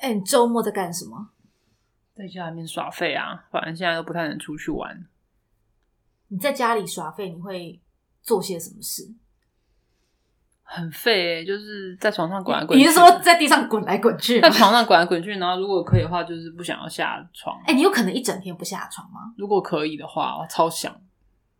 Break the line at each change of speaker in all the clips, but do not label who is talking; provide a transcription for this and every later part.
那哎你周末在干什么？
在家里面耍废啊，反正现在都不太能出去玩。
你在家里耍废，你会做些什么事？
很废、欸，就是在床上滚啊来滚去。
你是说在地上滚来滚去吗
在？床上滚来滚去，然后如果可以的话，就是不想要下床。
哎、你有可能一整天不下床吗？
如果可以的话，我超想，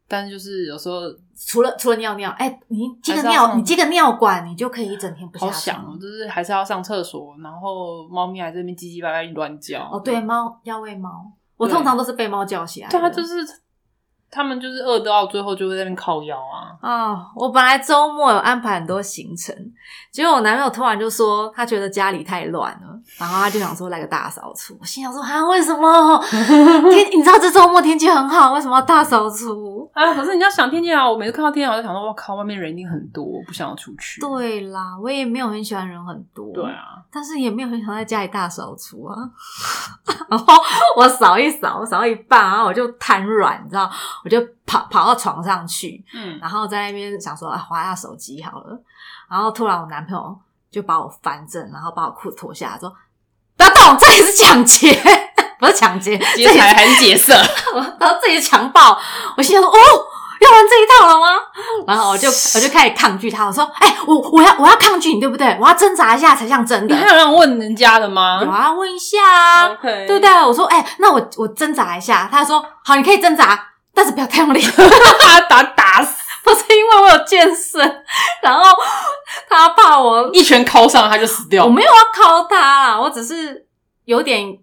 但是就是有时候
除了除了尿尿，哎、你接个
还是要
尿，
上
你接个尿管，你就可以一整天不下
好想哦，
床。
就是还是要上厕所，然后猫咪还在那边唧唧歪歪乱叫。
哦，对，猫要喂猫，我
对
通常都是被猫叫起来的。
对啊，就是他们就是饿到最后就会在那边靠腰啊。
啊、我本来周末有安排很多行程，结果我男朋友突然就说他觉得家里太乱了，然后他就想说来个大扫除。我心想说啊，为什么天？你知道这周末天气很好，为什么要大扫除？
啊，可是你要想天气好，我每次看到天气好就想说，哇靠，外面人一定很多，我不想要出去。
对啦，我也没有很喜欢人很多，
对，啊，
但是也没有很想在家里大扫除啊。 然后我扫一扫，扫到一半，然后我就瘫软，你知道，我就跑跑到床上去，
嗯，
然后在那边想说啊，划下手机好了。然后突然我男朋友就把我翻正，然后把我裤子脱下来，说：“不要动，这里是抢劫，不是抢劫，
劫
这里
财还啊是劫色？
然后这里是强暴。”我心想说：“哦，要玩这一套了吗？”然后我就我就开始抗拒他，我说：“哎、我我要我要抗拒你，对不对？我要挣扎一下才像真
你嗯
的。
还有让问人家的吗
我要问一下啊。
？OK，
对不对？我说，哎、那我我挣扎一下。他说，好，你可以挣扎，但是不要太用力。
他 打 打死，
不是因为我有健身，然后他怕我，
一拳敲上他就死掉
我。没有要靠他啦，我只是有点，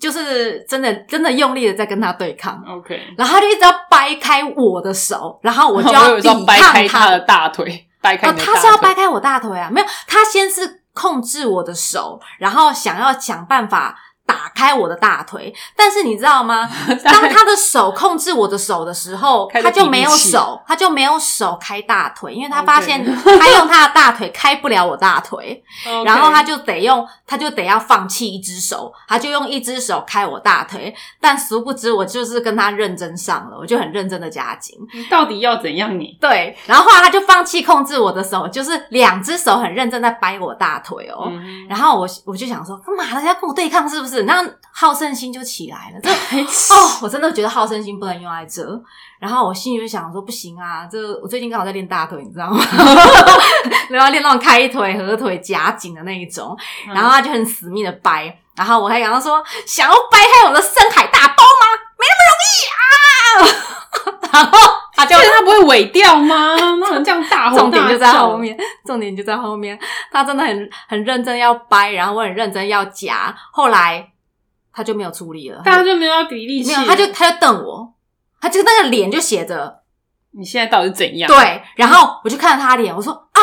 就是真的真的用力的在跟他对抗，
OK，
然后他就一直要掰开我的手，然 后我就
以
要
为
抵
是要
抗
掰开
他
他的大腿，掰开
哦，
你的大
他
腿。
是要掰开我大腿啊，没有，他先是控制我的手，然后想要想办法。打开我的大腿，但是你知道吗？当他的手控制我的手的时候，
开始
他就没有
比力气
手，他就没有手开大腿，因为他
OK
发 现他用他的大腿开不了我大腿，
OK
然后他就得用，他就得要放弃一只手，他就用一只手开我大腿，但殊不知我就是跟他认真上了，我就很认真的夹紧，
你到底要怎样你？
对，然后后来他就放弃控制我的手，就是两只手很认真在掰我大腿哦。
嗯，
然后我我就想说，干嘛人家跟我对抗是不是？那好胜心就起来了。这 哦，我真的觉得好胜心不能用在这。然后我心里就想说，不行啊，这我最近刚好在练大腿，你知道吗？ 然后练那种开腿、合腿、夹紧的那一种。然后他就很死命的掰，然后我还跟他说，想要掰开我的深海大包吗？没那么容易啊！然 后他就
而且他不会萎掉吗？那人这样大吼
重点
大
就在
叫
后，面，重点就在后面。他真的很很认真要掰，然后我很认真要夹，后来他就没有处理了，
大
他
家就没有要比力气，
没有，他就他就瞪我，他就那个脸就写着
你现在到底是怎样？
对，然后我就看着他的脸，我说啊，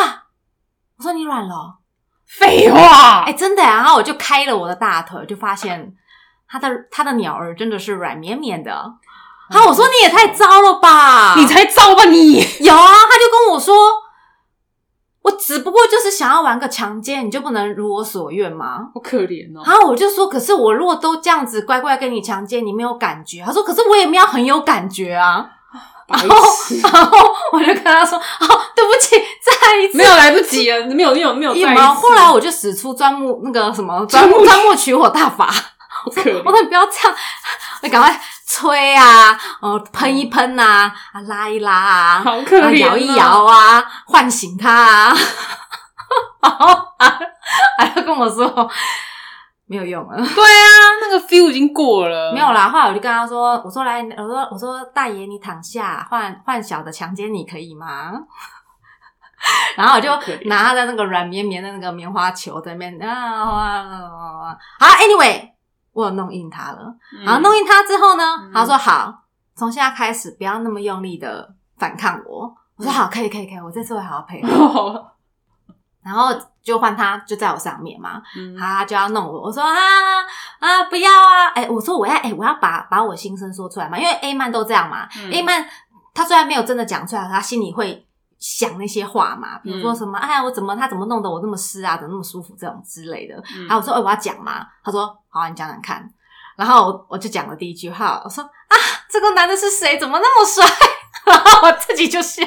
我说你软了哦，
废话
哎、，真的耶，然后我就开了我的大腿，就发现他的他的鸟儿真的是软绵绵的。然后我说你也太糟了吧，
嗯你才糟吧你！
有啊，他就跟我说，我只不过就是想要玩个强奸，你就不能如我所愿吗？
好可怜 哦。
然后我就说，可是我如果都这样子乖乖跟你强奸，你没有感觉。他说，可是我也没有很有感觉啊。
白
然后
痴，
然后我就跟他说，哦，对不起，再一次。
没有来不及了，没有没 有没有
有
在一
吗？
起
后来我就使出钻木那个什么钻
钻木
木钻木取火大法，
好可
我
怜。
说你不要这样， 我赶快吹啊，哦，喷一喷啊，啊拉一拉啊，
好可
然后
怜、哦
摇一，摇啊，唤醒他啊， 然后啊，还要跟我说没有用了，
对啊，那个 feel 已经过了，
没有。啦。后来我就跟他说，我说来，我说我说大爷你躺下，换换小的强奸你可以吗？ 然后我就
好可怜
拿他的那个软绵绵的那个棉花球在那边啊哇哇哇哇，好，anyway，我有弄硬他了。然后
嗯
弄晕他之后呢，
嗯
他说好，从现在开始不要那么用力的反抗我。我说
嗯
好，可以，可以，可以，我这次会好好配合。
哦
然后就换他就在我上面嘛，
嗯
他就要弄我。我说啊啊，不要啊！哎、我说我要哎、我要把把我心声说出来嘛，因为 A 曼都这样嘛、
嗯
a 曼他虽然没有真的讲出来，他心里会。想那些话嘛，比如说
嗯
什么，哎呀，我怎么他怎么弄得我那么湿啊，怎么那么舒服这种之类的，
嗯
然后我说：“哎、我要讲嘛。”他说：“好、啊，你讲讲看。”然后我我就讲了第一句话，我说：“啊，这个男的是谁？怎么那么帅？” 然后我自己就笑，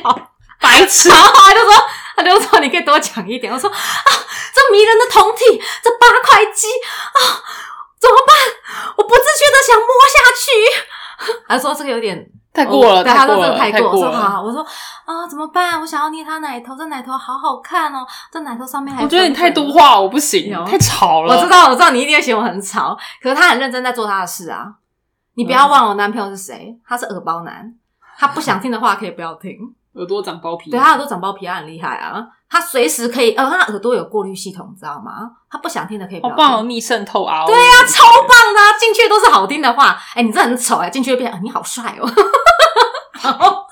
白 痴
哦然，后他就说：“他就说你可以多讲一点。”我说：“啊，这这迷人的酮体，这八块肌啊，怎么办？我不自觉的想摸下去。他 说这个有点哦
太过了，
对，他
太
说
过
这个
了，
太
太
过。我
过
说
了。
好，我说啊怎么办？我想要捏他奶头，这奶头好好看哦，这奶头上面还
我觉得你
分
太
着
多话，我不行
有，
太吵了。
我知，道，我知道你一定会嫌我很吵，可是他很认真在做他的事啊。你不要
嗯
忘了我男朋友是谁，他是耳包男，他不想听的话可以不要听。
耳朵长包皮，
对，他耳朵长包皮，他很厉害啊，他随时可以，呃，他耳朵有过滤系统，你知道吗？他不想听的可以不
好
要听。
棒哦，逆渗透啊！
对
呀，
啊，超棒的、啊，进去都是好听的话。哎、你这很丑哎、进去就变、啊你好帅哦。 然后，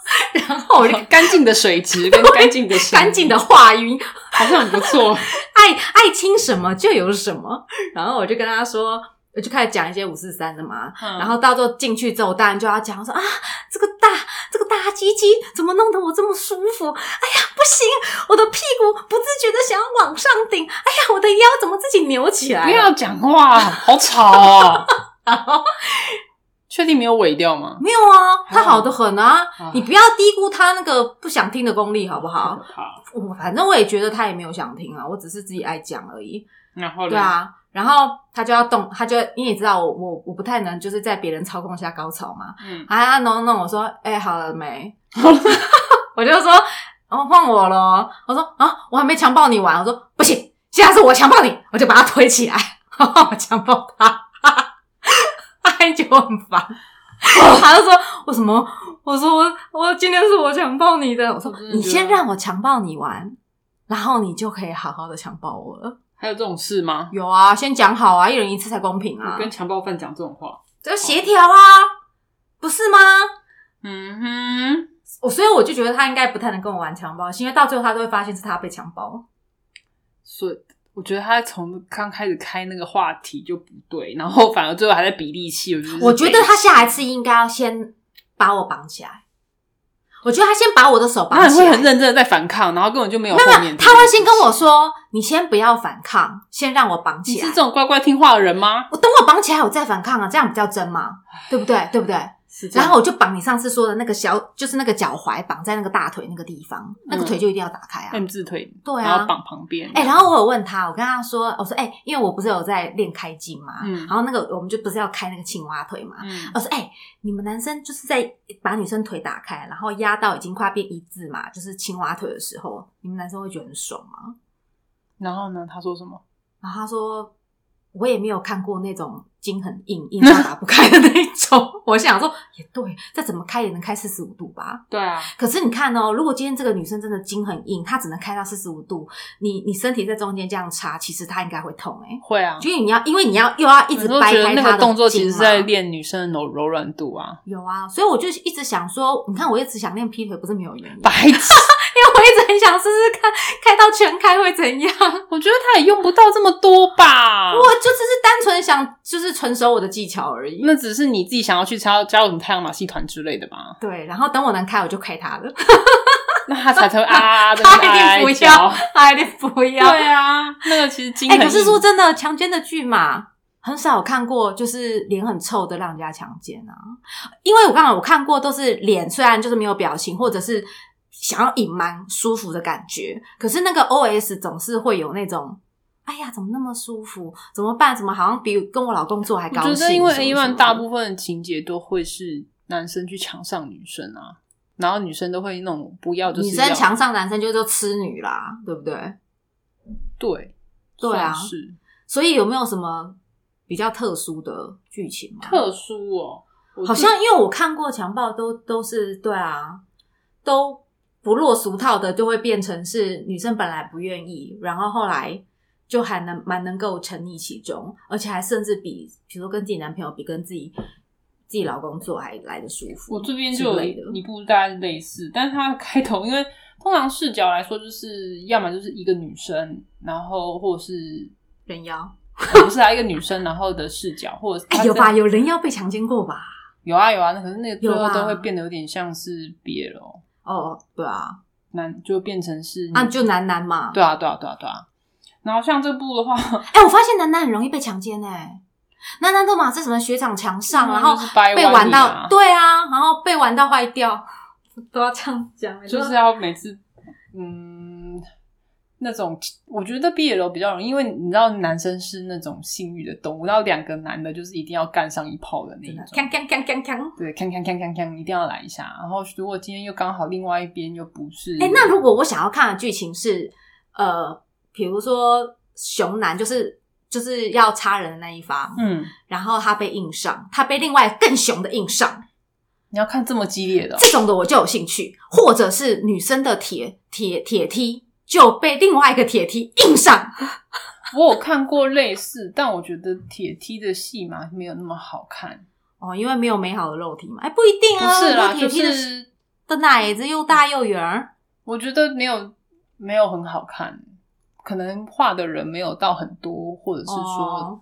然后我就
干净的水质跟干净的声 音
干净的，话音，
好像很不 错。
爱爱听什么就有什么。然后我就跟他说，我就开始讲一些五四三的嘛。
嗯
然后到时候进去之后，我当然就要讲说啊，这个大这个大鸡鸡怎么弄得我这么舒服？哎呀，不行，我的屁股不自觉的想要往上顶，哎呀，我的腰怎么自己扭起来了？
不要讲话，好吵啊！
然后
确定没有尾调吗？
没有啊，
哦
他好的很啊，
啊
你不要低估他那个不想听的功力，好不好？
好，
我反正我也觉得他也没有想听啊，我只是自己爱讲而已。
然后
对
呢？
啊，然后他就要动，他就你也知道我我我不太能就是在别人操控下高潮嘛。
嗯，
啊啊弄弄，我说哎、好了没？我就说哦换我咯。我说啊我还没强暴你完，我说不行，下次我强暴你，我就把他推起来，我强暴他， 他就很烦。
哦
他就说：“为什么？”我说我：“我今天是我强暴你的。”我说
我真：“的
你
觉
先
得
让我强暴你完，然后你就可以好好的强暴我了。”
还有这种事吗？
有啊，先讲好啊，一人一次才公平啊
你，跟强暴犯讲这种话？
这协调啊，不是吗？
嗯哼，
我所以我就觉得他应该不太能跟我玩强暴，是因为到最后他都会发现是他被强暴。
所以我觉得他从刚开始开那个话题就不对，然后反而最后还在比力气。我觉得，
我觉得他下一次，应该要先把我绑起来，我觉得他先把我的手
他
绑
很
起
会
来，
很认真的在反抗，然后根本就没有
没有
后
没
面
有，
的。
他会先跟我说：“你先不要反抗，先让我绑
你
起
是
来
这。种乖乖听话的人吗？”
我等我绑起来，我再反抗啊，这样比较真嘛，对不对？对不对？
是这样
然后我就绑你上次说的那个小，就是那个脚踝绑在那个大腿那个地方，那个
嗯
腿就一定要打开啊。
M 字腿，
对啊
然后绑旁边。
哎、然后我有问他，我跟他说，我说，哎、因为我不是有在练开筋嘛，
嗯
然后那个我们就不是要开那个青蛙腿嘛，
嗯，
我说，哎、你们男生就是在把女生腿打开，然后压到已经快变一字嘛，就是青蛙腿的时候，你们男生会觉得很爽吗？
然后呢？他说什么？
然后他说，我也没有看过那种筋很硬，硬到打不开的那一种。 我想说，也对，再怎么开也能开四十五度吧。
对啊，
可是你看哦，如果今天这个女生真的筋很硬，她只能开到四十五度，你你身体在中间这样插，其实她应该会痛哎、
会啊。
因为你要，因为你要又要一
一
直掰
觉得
开
那
她
个
的啊
动作其
筋
实
嘛
是在练女生的柔柔软度啊，
有啊，所以我就一直想说，你看我一直想练劈腿，不是没有 原因，因
白痴！
为我一直很想试试看，开到全开会怎 样？
我觉得他也用不到这么多 吧。
我就只是单纯想，就是纯熟我的技巧而已。
那只是你自己想要去加加入什么太阳马戏团之类的吧？
对，然后等我能开，我就开他的，
那他才才会啊啊啊，在那边
他一
哀哀
定不
叫
要，他一定不要。
对啊，那个其实筋
哎、
很硬。
可是说真的，强奸的剧嘛，很少有看过就是脸很臭的让人家强奸啊。因为我刚刚我看过都是脸，虽然就是没有表情，或者是想要隐瞒舒服的感觉，可是那个 O S 总是会有那种。哎呀，怎么那么舒服？怎么办？怎么好像比跟我老公做还
我
高兴？
觉得，因为 A
什么什
one
么
大部分的情节都会是男生去强上女生啊，然后女生都会那种不要就是
女
要
生强上男生就是吃女啦，对不对？
对
对啊
算是
所以有没有什么比较特殊的剧情吗？
特殊哦，我
好
自
像因为我看过强暴都都是对啊，都不落俗套的，就会变成是女生本来不愿意，然后后来就还能蛮能够沉溺其中，而且还甚至比比如说跟自己男朋友比跟自己自己老公做还来的舒服。
我这边就有
之类
一
的
一部大概是类似，但是它开头因为通常视角来说，就是要么就是一个女生，然后或者是
人妖，
呃不是啊，一个女生然后的视角，或者是
哎、
她
有
在
吧？有人妖被强奸过吧？
有啊有啊，那可是那个最
有
后
吧
都会变得有点像是 BL
哦，对啊，
男，就变成是
啊，就男男嘛。
对啊对啊对啊对啊。然后像这部的话，
哎、我发现男男很容易被强奸哎、男男都嘛是什么学长强上，然后
嗯就是掰
被
弯
玩
你
到、
啊
对啊，然后被玩到坏掉，都要这样讲，
就是
要
要每次嗯，那种，我觉得 BL 比较容易，因为你知道男生是那种性欲的动物，然后两个男的就是一定要干上一炮的那一种，
锵锵锵锵锵。
对，锵锵锵锵锵，一定要来一下。然后如果今天又刚好另外一边又不是，
哎、那如果我想要看的剧情是，呃，比如说熊男就是就是要插人的那一方，
嗯，
然后他被硬上，他被另外更熊的硬上，
你要看这么激烈的哦、
这种的我就有兴趣，或者是女生的铁铁铁梯就被另外一个铁梯硬上，
我有看过类似，但我觉得铁梯的戏嘛没有那么好看。
哦，因为没有美好的肉体嘛，哎、不一定
不
啊，
是啦，
很多铁梯
就
的、
是
的奶子又大又圆儿，
我觉得没有没有很好看，可能画的人没有到很多，或者是说，
哦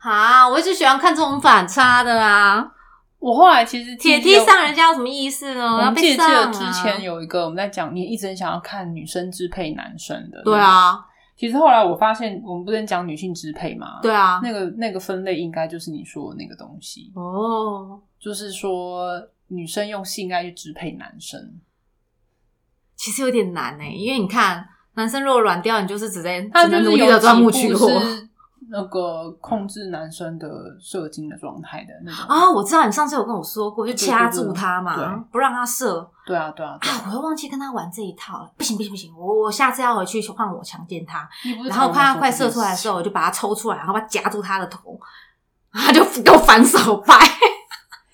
啊，我一直喜欢看这种反差的啊，
我后来其实
铁
记
梯
得
上人。家有什么意思呢？
我
要
们
被
记得
上
记
啊
得之前有一个我们在讲，你一直很想要看女生支配男生的。
对，啊，
其实后来我发现，我们不是讲女性支配嘛？，
对啊，
那个那个分类应该就是你说的那个东西，
哦，
就是说女生用性爱去支配男生。
其实有点难呢、因为你看男生如果软掉，你就是直接
他
只
就
能
是
努力
有
的
几
钻木
部
取火
是那个控制男生的射精的状态的那种
啊！我知道你上次有跟我说过，就
对
掐
对
住
对
他嘛
对，
不让他射
对啊，对啊，对啊
啊！我又忘记跟他玩这一套了，不行不行不行，我我下次要回去换我强奸他，
你不是
然后看他快射出来的时候，我就把他抽出来，然后把他夹住他的头，他就给我反手掰，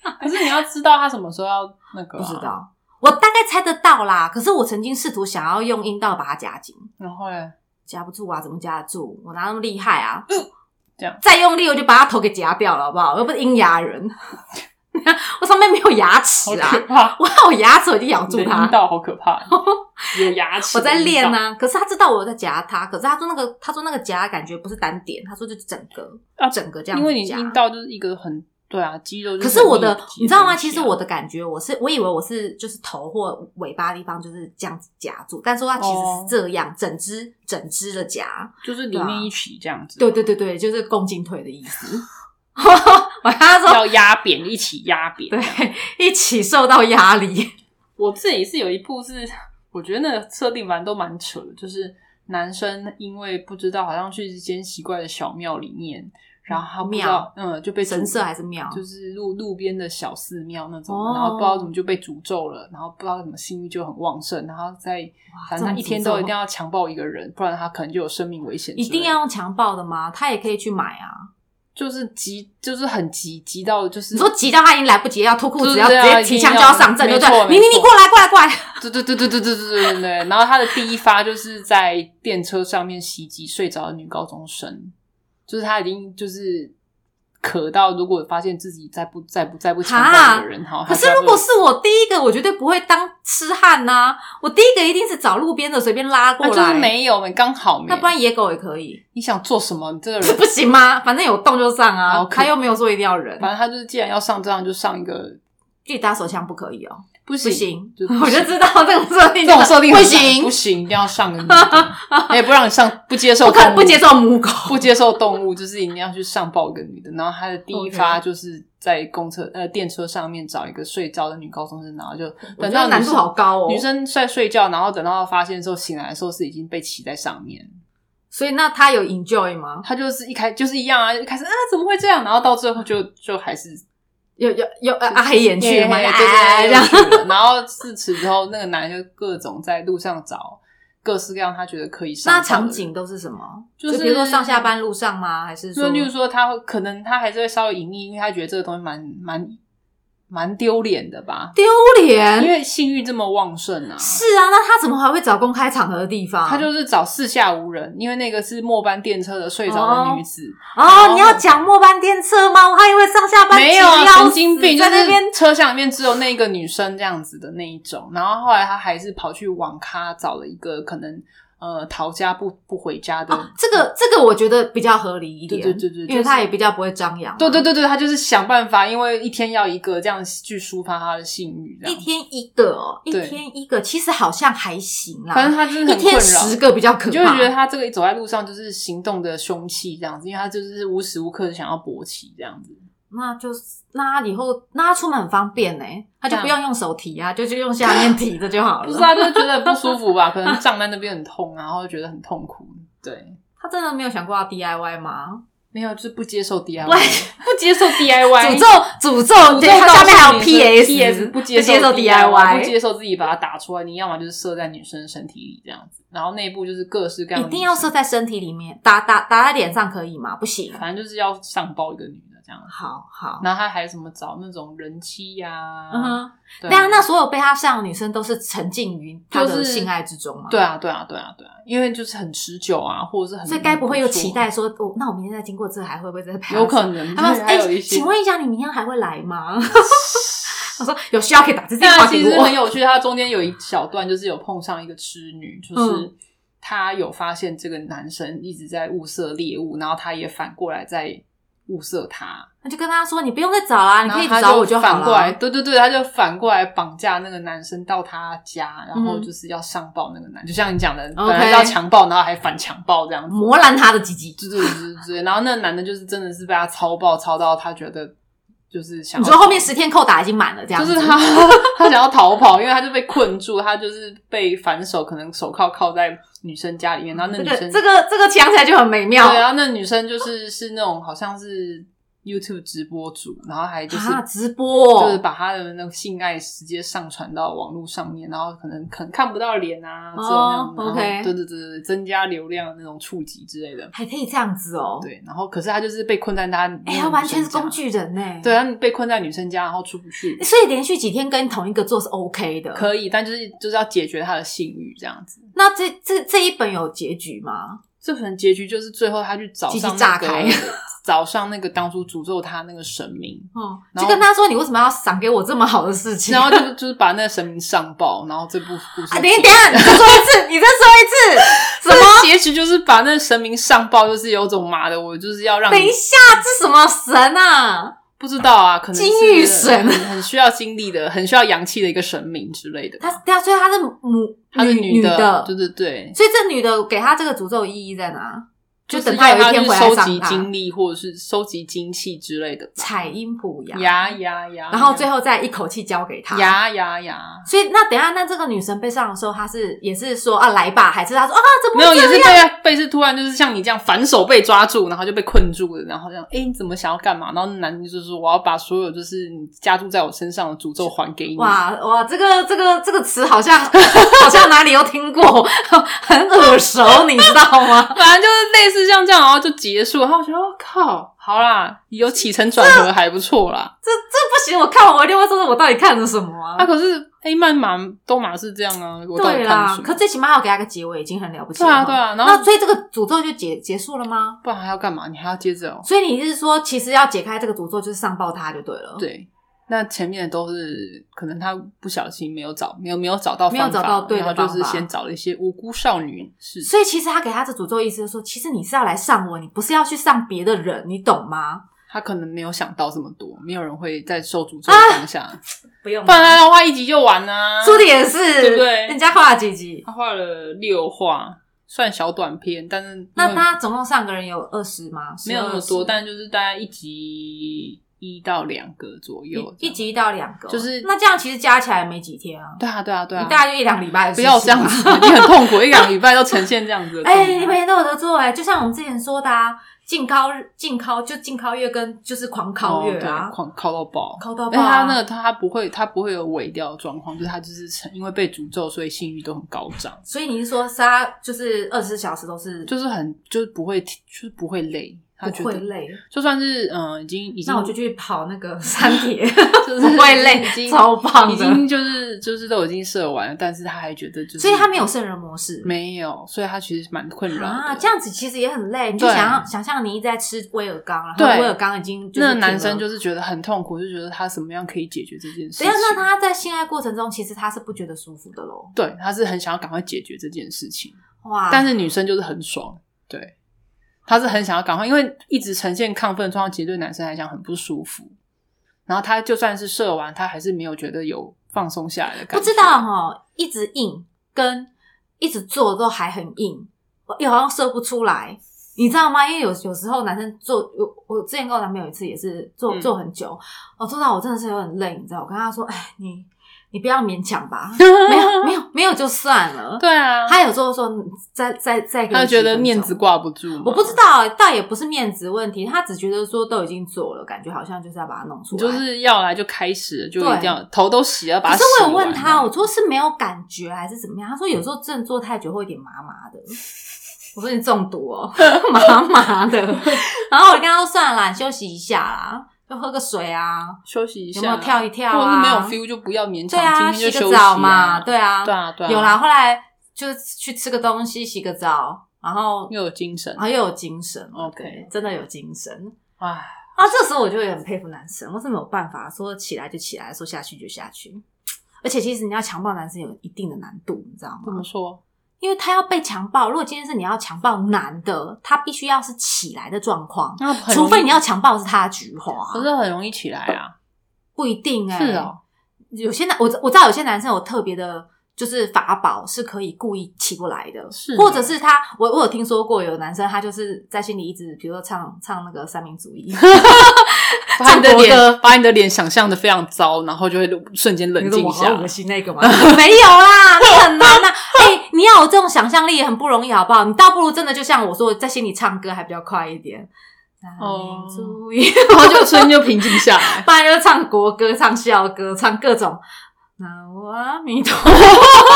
候，可是你要知道他什么时候要那个、啊
不知。道。我大概猜得到啦，可是我曾经试图想要用阴道把它夹紧，
然后嘞，
夹不住啊，怎么夹得住？我哪那么厉害啊？
嗯这样
再用力我就把他头给夹掉了，好不好？我又不是阴牙人， 我上面没有牙
好
齿啊，
可 怕，
我有牙齿我就咬
你的
住
阴
他。
道好可 怕，有牙齿
我
的阴道。
在练啊，可是他知道我有在夹他，可是他说那个他说那个夹的感觉不是单点，他说就整个
啊
整个这样
因
子
为你
夹
阴道就是一个很对啊，肌肉
可
就很密集
是
的东西啊。
我的，你知道吗？其
啊
实我的感觉，我是我以为我是就是头或尾巴的地方就是这样子夹住，但说它其实是
哦
这样，整只整只的夹。
就是里面一起这样
啊
子，
对对对对，就是共进腿的意思。 我跟他 说，
要压扁，一起压扁。
对，一起受到压 力。
我自己是有一部是，我觉得那个设定蛮都蛮扯的，就是男生因为不知道，好像去一间奇怪的小庙里面，然后他不知道，嗯，就被诅
神社还是庙
就是路路边的小寺庙那种，
哦
然后不知道怎么就被诅咒了，然后不知道怎么性欲就很旺盛，然后在反正
这
他
种
一天
诅咒
都一定要强暴一个人，不然他可能就有生命危险之类
一
的，
定要用强暴的吗？他也可以去买啊。
就是急，就是很急，急到就是
你说急到他已经来不及，要脱裤子，
对
要直
对啊
接提枪就
一定要
上阵，对
没
不
错
对？你你
没
你
错
过来过来过来！
对对对对对对对对对对。然后他的第一发就是在电车上面袭击睡着的女高中生，就是他已经就是渴到，如果发现自己再不再不再不强
哈
暴的人，好，
可
他
是
就要
如果是我第一个，我绝对不会当痴汉呐、我第一个一定是找路边的随便拉过
啊
来，
就是没有没刚好没，
那不然野狗也可以，
你想做什么？你这个
这
人，
不行吗？反正有洞就上啊
好，可
他又没有说一定要人，
反正他就是既然要上这样，就上一个
自己打手枪不可以哦，
不
不
行。
行，
就不行
我就知道这种设定
这
就
种
是，
设定
不
很
行，
不行，一定要上个女的，也不让你上，不接受
不可
动物，
不接受母狗。
不接受动物，就是一定要去上报一个女的。然后他的第一
OK
发就是在公车呃电车上面找一个睡着的女高中生，然后就
我
等
觉得
到女
难度
生
好高哦，
女生在睡觉，然后等到发现的时候醒来的时候是已经被骑在上面。
所以那他有 enjoy 吗？
他就是一开就是一样啊，一开始啊怎么会这样？然后到最后就就哎还是
有有有呃阿黑眼去吗？
对
啊
对
这
对
样
对对对然后自此之后，那个男的就各种在路上找各式各样他觉得可以上
那
报的
场
人
景都是什么？
就是
比如说上下班路上吗？还是
就
说
例如说他会可能他还是会稍微隐匿，因为他觉得这个东西蛮蛮蛮丢脸的吧，
丢
因
脸？
为性欲这么旺盛啊。
啊是啊，那他怎么还会找公开场合的地方？
他就是找四下无人，因为那个是末班电车的睡着的女子，
哦，你要讲末班电车吗？我还以为上下班
没有
急
啊，
得要
神经病，
死
就
在那边
是车厢里面只有那个女生这样子的那一种。然后后来他还是跑去网咖找了一个可能呃逃家不不回家的，
哦，这个这个我觉得比较合理一点，
对对对对
因为他
就是
也比较不会张扬嘛，
对对对对，他就是想办法，因为一天要一个这样去抒发他的性欲，这
一
样。
天一个哦，一
对
天一个，其实好像还行啦，
反正他就是很
啊一天
困扰
十个比较可怕，
你就会觉得他这个走在路上就是行动的凶器这样子，因为他就是无时无刻想要勃起这样子。
那就是那他以后那他出门很方便呢、他就
对啊
不用用手提啊，就就用下面提着就好了。
不是啊，就是觉得很不舒服吧？可能胀在那边很痛啊，然后就觉得很痛苦。对，
他真的没有想过要 DIY 吗？
没有，就是不接受 DIY，
对
不接受
诅
DIY，
咒诅咒，对，他
告
下
诉
面还有
你
PS，,
PS 不接
接受
DIY，不
DIY，
接受自己把它打出来，你要么就是射在女生的身体里这样子，然后内部就是各式各样
一
的，
定要射，在身体里面，打打打在脸上可以吗？不行。
反正就是要上包一个女的这样。
好好，
然后他还有什么找那种人妻呀、
嗯哼，
对
对啊，那所有被他上的女生都是沉浸于他
就
的
是
性爱之中吗？
对啊，对啊，对啊，对啊，因为就是很持久啊，或者是很，
所以该不会有期？待说，哦，那我明天再经过这，还会不会再拍？
有可。能，
他们
就是还有
哎
一些。
请问一下，你明天还会来吗？ 我说有需要可以打字电
但
话
啊其
给
实
我
很。有趣，它中间有一小段就是有碰上一个痴女，就是
嗯
她有发现这个男生一直在物色猎物，然后她也反过来在物色他，
那就跟他说，你不用再找啦，你啊
然
可
后
以
她
找我
就
好了。
反过来，对对对，她就反过来绑架那个男生到她家，然后
嗯
就是要上报那个男，就像你讲的，本
OK
来是要强暴，然后还反强暴这样子，
磨烂他的鸡鸡。
对对对对对，然后那个男的就是真的是被她操爆，操到她觉得就是想
你
要
说后面十天扣打已经满了，这样
就
子
是他，他想要逃跑，因为他就被困住，他就是被反手，可能手铐铐在女生家里面，然后那
这
女
个
生、
这个这个讲起来就很美妙。啊
对，然后啊那女生就是是那种好像是 YouTube 直播主，然后还就是、
啊，直播哦
就是把他的那个性爱直接上传到网络上面，然后可能可能看不到脸啊，只有那种、
哦
然后
OK
对对对对，增加流量的那种触及之类的。
还可以这样子哦。，
对，然后可是他就是被困在他，
哎，他完全是工。具人呢。
对，，他被困在女生家，然后出不去。
所以连续几天跟同一个做是 OK 的。
可以，但就是就是要解决他的性欲这样子。
那这这这一本有结局吗？
这可能结局就是最后他去找
鸡鸡
上
炸
那个
开
找上那个当初诅咒他那个神明，
哦，
然
就
后
跟他说你为什么要赏给我这么好的事情？
然后就是就是把那个神明上报，然后这部故事
啊，
的
等一
结
下等一下，你再说一次，你再说一次。
这个结局就是把那个神明上报，就是有种妈的，我就是要让
等
你
一下，这什么神啊？
不知道啊，可能是
金玉神
很很需要精力的，很需要阳气的一个神明之类的吧。
他对啊，所以他是母
她是
女
的，
的，
对对对，
所以这女的给他这个诅咒意义在哪？就是等她有
要
一天
去
回来
收
上
集
她
精力或者是收集精气之类的吧。
采阴补阳，
呀呀呀！
然后最后再一口气交给他。
呀呀呀！
所以那等一下，那这个女神被上的时候，她是也是说啊来吧，还是她说啊怎么
没有，
会
也
这
是
样
被被是突然就是像你这样反手被抓住，然后就被困住了，然后这样，哎、你怎么想要干嘛？然后男人就说我要把所有就是你加注在我身上的诅咒还给你。
哇哇，这个这个这个词好像 好像哪里有听过， 很耳熟，你知道吗？
反正就是类似像这样，然后就结束。然后我觉得，我、靠，好啦，有起承转合，还不错啦。
这 这不行，我看完我一定会说，我到底看了什么啊
啊，？可是 A 漫马都马是这样啊，我到底
对
看了
啦
什，么
可最起码要给他个结尾，已经很了不起
对
了
啊，
嘛。
对啊。然
那
后
所以这个诅咒就结结束了吗？
不然还要干嘛？你还要接着哦。
所以你是说，其实要解开这个诅咒，就是上报他就对了。，
对，那前面都是可能他不小心没有找，没有没有找到
没有
方法
找到对的
然后就
方
是
法
先找了一些无辜少女是
所以其实他给他的诅咒意思就是说，其实你是要来上我，你不是要去上别的人，你懂吗？
他可能没有想到这么多，没有人会在受诅咒的当下，
不用
不然他要画一集就完啦、
啊说的也是，
对不对
人家画了几集？
他画了六画，算小短篇，但是
那
他
他总共上个人有二十吗？
嗯没有那么
12
多，但就是大概一集一到两个左右
一一。集一到两个，
就是
那这样其实加起来没几天啊，
对啊，对啊，对
你
啊，
大概就一两礼拜的
不
事情
要
吧。
这 样子，你很痛苦，一两礼拜都呈现这样子的状态。
哎、你每天都有得做哎、就像我们之前说的啊，禁考日、禁考就禁考月跟就是狂考月
哦
啊
对，狂靠到爆，
考到
因
爆、
为
啊。
他那个他他不会他不会有萎掉的状况，就是他就是成因为被诅咒，所以性欲都很高涨，
所以你是说杀就是二十四小时都是
就是很就是不会就是不会累，他觉
不会
得
累？
就算是嗯、呃已经已经
那我就去跑那 个山铁，
就是
不会累
已，经
超棒
已
的。
经就是就是都已经射完了，但是他还觉得就是
所以他没有圣人模式
没有，所以他其实蛮困扰的
啊，这样子其实也很累。你就
对
想要想象你一直在吃威尔刚，然后
对
威尔刚已经就是
那个男生
停了。
就是觉得很痛苦，就觉得他怎么样可以解决这件事
对
情
呀，。那他在性爱过程中，其实他是不觉得舒服的咯。
对，他是很想要赶快解决这件事情。
哇！
但是女生就是很爽，对，她是很想要赶快，因为一直呈现亢奋状态，其实对男生来讲很不舒服。然后她就算是射完，她还是没有觉得有放松下来的感觉。
不知道哈，一直硬跟一直做都还很硬，又好像射不出来，你知道吗？因为有有时候男生做，我我之前跟我男朋友有一次也是做
嗯
做很久，哦，做到我真的是有点累，你知道，我跟他说，哎，你你不要勉强 吧，没有没有没有就算了。
对啊，
他有时候说嗯再再再给你
他觉
几分
得
钟
面子，挂不住嘛，
我不知道、欸，倒也不是面子问题，他只觉得说都已经做了，感觉好像就是要把它弄出
你
来。
就是要来就开始了，就
对啊
一定要头都洗了，把
可
它
是
洗
我有问他，
完啊
我说是没有感觉还是怎么样？他说有时候真的做太久会有点麻麻的。我说你中毒哦， 麻麻的。然后我就跟他说算了啦，你休息一下啦，就喝个水啊，
休息一下
有
啊，
没有跳一跳啊
或者是没有 feel 就不要勉
对
强，
啊，
今天
洗
就休
个
息
澡
啊
嘛，对啊，
对啊对啊，
有啦。后来就去吃个东西，洗个澡，然后
又有精神
然，后又有精神
OK
对真的有精神。
唉，
啊，这时候我就会很佩服男生，我是没有办法说起来就起来，说下去就下去。而且其实你要强暴男生有一定的难度，你知道
怎
吗
么？说？
因为他要被强暴，如果今天是你要强暴男的，他必须要是起来的状况，
那很容
除
易
非你要强暴的是他的菊花，
可是很容易起来啊，
不一定哎、
是哦，
有些男我知我知道有些男生有特别的，就是法宝是可以故意起不来的，
是哦
或者是他我我有听说过有男生他就是在心里一直比如说唱唱那个三民主义，
把你的
战国的
脸把你的脸想象的非常糟，然后就会瞬间冷静一下。
心啊那个吗？ 没有啦，那很难 呐、哎、你要有这种想象力也很不容易，好不好？你倒不如真的就像我说，在心里唱歌还比较快一点。啊
哦
三民主 义，
然后就瞬间就平静下 来。
不然就唱国歌、唱校歌、唱各种。南无阿弥陀佛。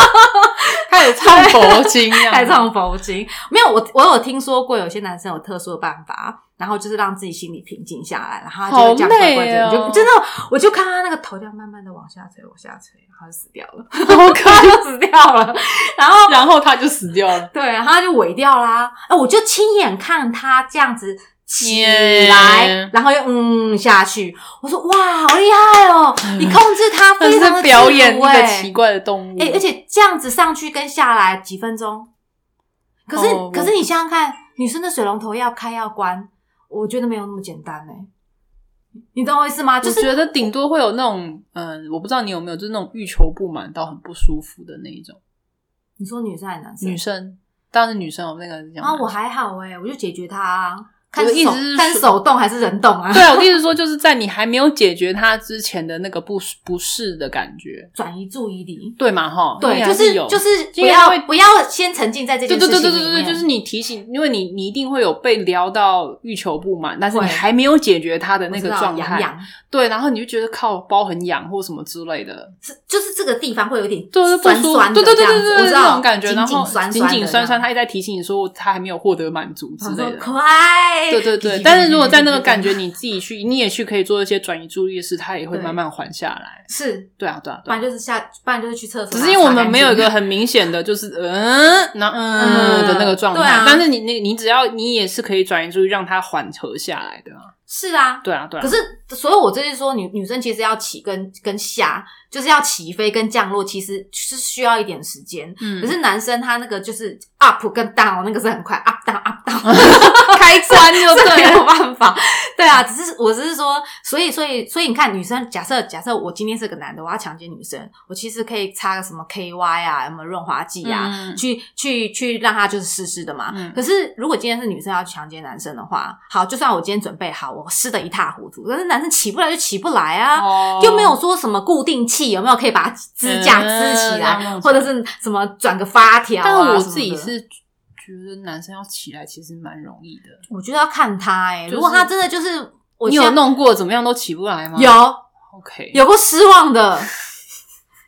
开始唱佛经啊，
太唱佛经。没有，我我有听说过有些男生有特殊的办法，然后就是让自己心里平静下来，然后他就会这样
好
乖
累
乖的，
哦
你就真的，我就看他那个头这样慢慢的往下垂，往下垂，然后就死掉了，
好 可
他就死掉了，然后。
然后他就死掉了。
对，然后他就萎掉啦。哎，我就亲眼看他这样子起来
Yeah，
然后又嗯下去。我说哇，好厉害 哦！你控制他
但
非常
是
的
表演
自
一
如
个
哎
奇怪的动物，
哎、而且这样子上去跟下来几分钟，可是、
哦
可是你想想看，女生的水龙头要开要关，我觉得没有那么简单哎、你懂我意思吗？就
我
是
觉得顶多会有那种，嗯，我不知道你有没有，就是那种欲求不满到很不舒服的那一种
你说女生还是男生？
女生。当然是女生，我们那个是讲
啊，
男生。
我还好哎、我就解决它、啊，看
我的意
手
思是
看
说
手动还是人动啊，
对啊，我的意思是说，就是在你还没有解决它之前的那个不不适的感觉，
转移注意力。
对嘛？哈，
对，
你
就
还
是
有
就是不
因为它
要
会
不要先沉浸在这
对
件
对
事情
对
里
对
面，
对对，就是你提醒，因为你你一定会有被撩到欲求不满，但是你
会
还没有解决他的那个
我知道
状
痒
态，
痒
对，然后你就觉得靠包很痒或什么之类的，
是就是这个地方会有点
对，不
酸
舒
酸
服，
的
对
这
对对
样
对
子，
对
我知
对，
道
那种感觉，
紧
然
紧
后
酸
紧
酸
紧酸
的这样
酸，他一直在提醒你说他还没有获得满足之
想
类
说
的。
可爱，
对对对，但是如果在那个感觉你自己去，你也去可以做一些转移注意力的事，它也会
对
慢慢缓下来。
是，
对啊，对啊，
不
对啊
然。就是下，不然就是去厕所。
只是因为我们没有一
把
个
它擦干净
很明显的，就是嗯，那嗯
嗯
的那个状态。
对啊
但是你那，你只要你也是可以转移注意，让它缓和下来的啊。
是啊。
对啊，对啊。
可是，所以我这是说，女女生其实要起跟跟下，就是要起飞跟降落，其实是需要一点时间。
嗯
可是男生他那个就是 up 跟 down 那个是很快，up down up down 开关 就
对了
没有办法。对啊，只是我只是说，所以所以所以你看，女生假设假设我今天是个男的，我要强奸女生，我其实可以擦个什么 KY 啊，什么润滑剂啊，
嗯
去去去让他就是湿湿的嘛。
嗯
可是如果今天是女生要强奸男生的话，好，就算我今天准备好，我湿的一塌糊涂，可是男生起不来就起不来啊。
哦
又没有说什么固定器，有没有可以把它支架支起来，
嗯
或者是什么转个发条、啊？
但我
什么
自己
的，
是觉得男生要起来其实蛮容易的。
我觉得要看他哎、
就是
如果他真的就是，我
你
现
有
在
弄过怎么样都起不来吗？
有
，OK，
有过失望 的，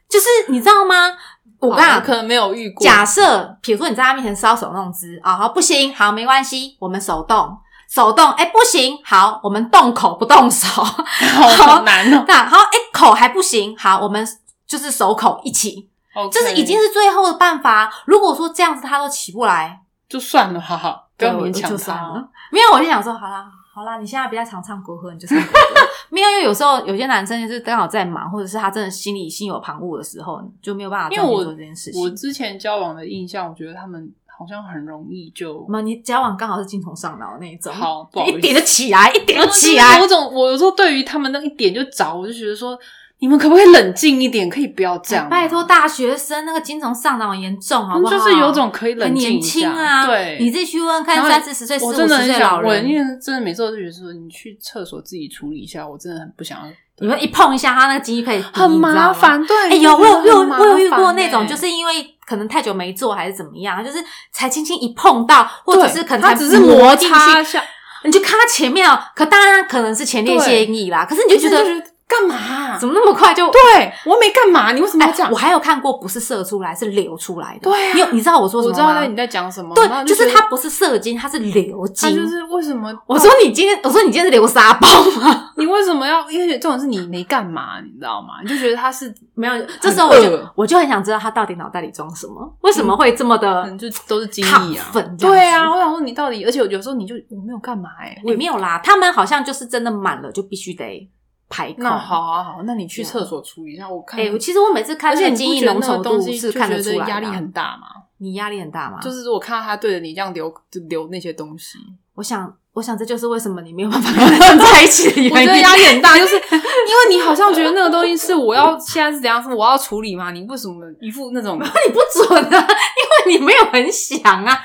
就是你知道吗？我
好
跟你讲，
可能没有遇过。
假设，比如说你在他面前搔首弄姿啊，好不行，好没关系，我们手动，手动，哎、不行，好，我们动口不动手，
好难哦。
那好，哎、口还不行，好，我们就是手口一起，
OK
这是已经是最后的办法。如果说这样子他都起不来，
就算了，哈哈，不要
对我
勉强
就算
他哦
了。。 没有，我就想说，好啦。好啦，你现在比较常唱国歌，你就唱国歌。没有，因为有时候有些男生就是刚好在忙，或者是他真的心里心有旁骛的时候，就没有办法
因为
专心
我
做这件事
我
情。
之前交往的印象，我觉得他们好像很容易就
那么你交往刚好是精虫上脑那一种，
好，不好意
一
思，
点就起来，一点就起
我
来
有。种我有时候对于他们那一点就着，我就觉得说。你们可不可以冷静一点？可以不要这样吗，
哎拜托，大学生那个精虫上脑很严重，好
他
不
们
好？
就是有种可以
很
冷静
年
一
轻
下，
啊，
对，
你自己去问问看
然后
三四十岁、四五
我
十
真的很
岁的老
想问，因
人，
为真的每次我都觉得说，你去厕所自己处理一下，我真的很不想要，
你们一碰一下他那个鸡配，
很麻。烦。对，
哎、有我有
真的
有
很麻
我有遇过
烦
那种，
欸
就是因为可能太久没做还是怎么样，就是才轻轻一碰到，或者
对
是可能
它
才
只是
磨
摩
进
擦一
去，
下，
你就看他前面哦，可当然可能是前列
对
腺液啦，可是你就觉得
干嘛啊？
怎么那么快就
对我没干嘛，你为什么
哎
要这样
我？还有看过不是射出来，是流出来的。
对啊
你有你知道我说什
我
么
知道
吗？
那你在讲什么，然后
对，就是
觉得
它，不是射精，它是流精。
他就是哦为什么？
我说你今天，我说你今天是流沙包吗？
你为什么要？因为这种是你没干嘛，你知道吗？你就觉得他是
没有，这时候我就
恶
我就很想知道他到底脑袋里装什么，为什么会这么
可
的
嗯能就都是精
亢
力啊，
奋？
对啊。，我想说你到底，而且有时候你就我没有干嘛哎，我
也
也
没有啦，他们好像就是真的满了就必须得排空。
那好，啊好，那你去厕所处理一下，啊我看。
哎，我其实我每次看
而
那
且
个
你
精
不
液
觉得
浓
那个
稠
东
度
西
是
就
看
觉
得
得
出来的啊，
压力很大嘛？
你压力很大吗？
就是我看到他对着你这样流就流那些东西，
我想，我想这就是为什么你没有办法跟他们在一起的原因。
我觉得压力 很大，就是因为你好像觉得那个东西是我要 现在是怎样，是我要处理嘛？你为什么一副 那种？
你不准啊， 因为你没有很想啊，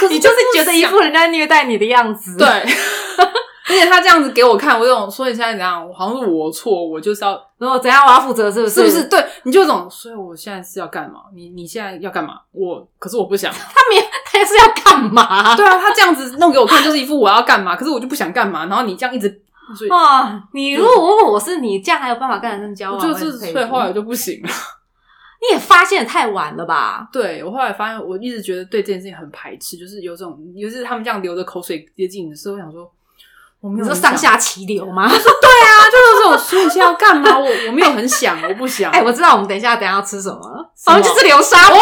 可
你就是觉得一副人家虐待你的样子。
对，，而且他这样子给我看，我有种说你现在怎样，好像是我错，我就是要
然后怎样我要负责是不是？
是不是？对，你就有种，所以我现在是要干嘛？你你现在要干嘛？我可是我不 想。
他没有，他是要干嘛？
对啊，他这样子弄给我看，就是一副我要干嘛，可是我就不想干嘛。然后你这样一直，所以
哇，哦你如果问我是你，这样还有办法跟男生交
我
往？
就是
我也
所以
佩服
后来我就不行了。
你也发现的太晚了吧？
对我后来发现，我一直觉得对这件事情很排斥，就是有种，尤其是他们这样流着口水接近你的时候，我想说，我没
你
有
说
很
上
想
下齐流吗？
啊， 就是这种，所以现在要干嘛？我我没有很想，我不想。
哎哎、我知道我们等一下等一下要吃什么了，
什
好像
么
就是流沙包。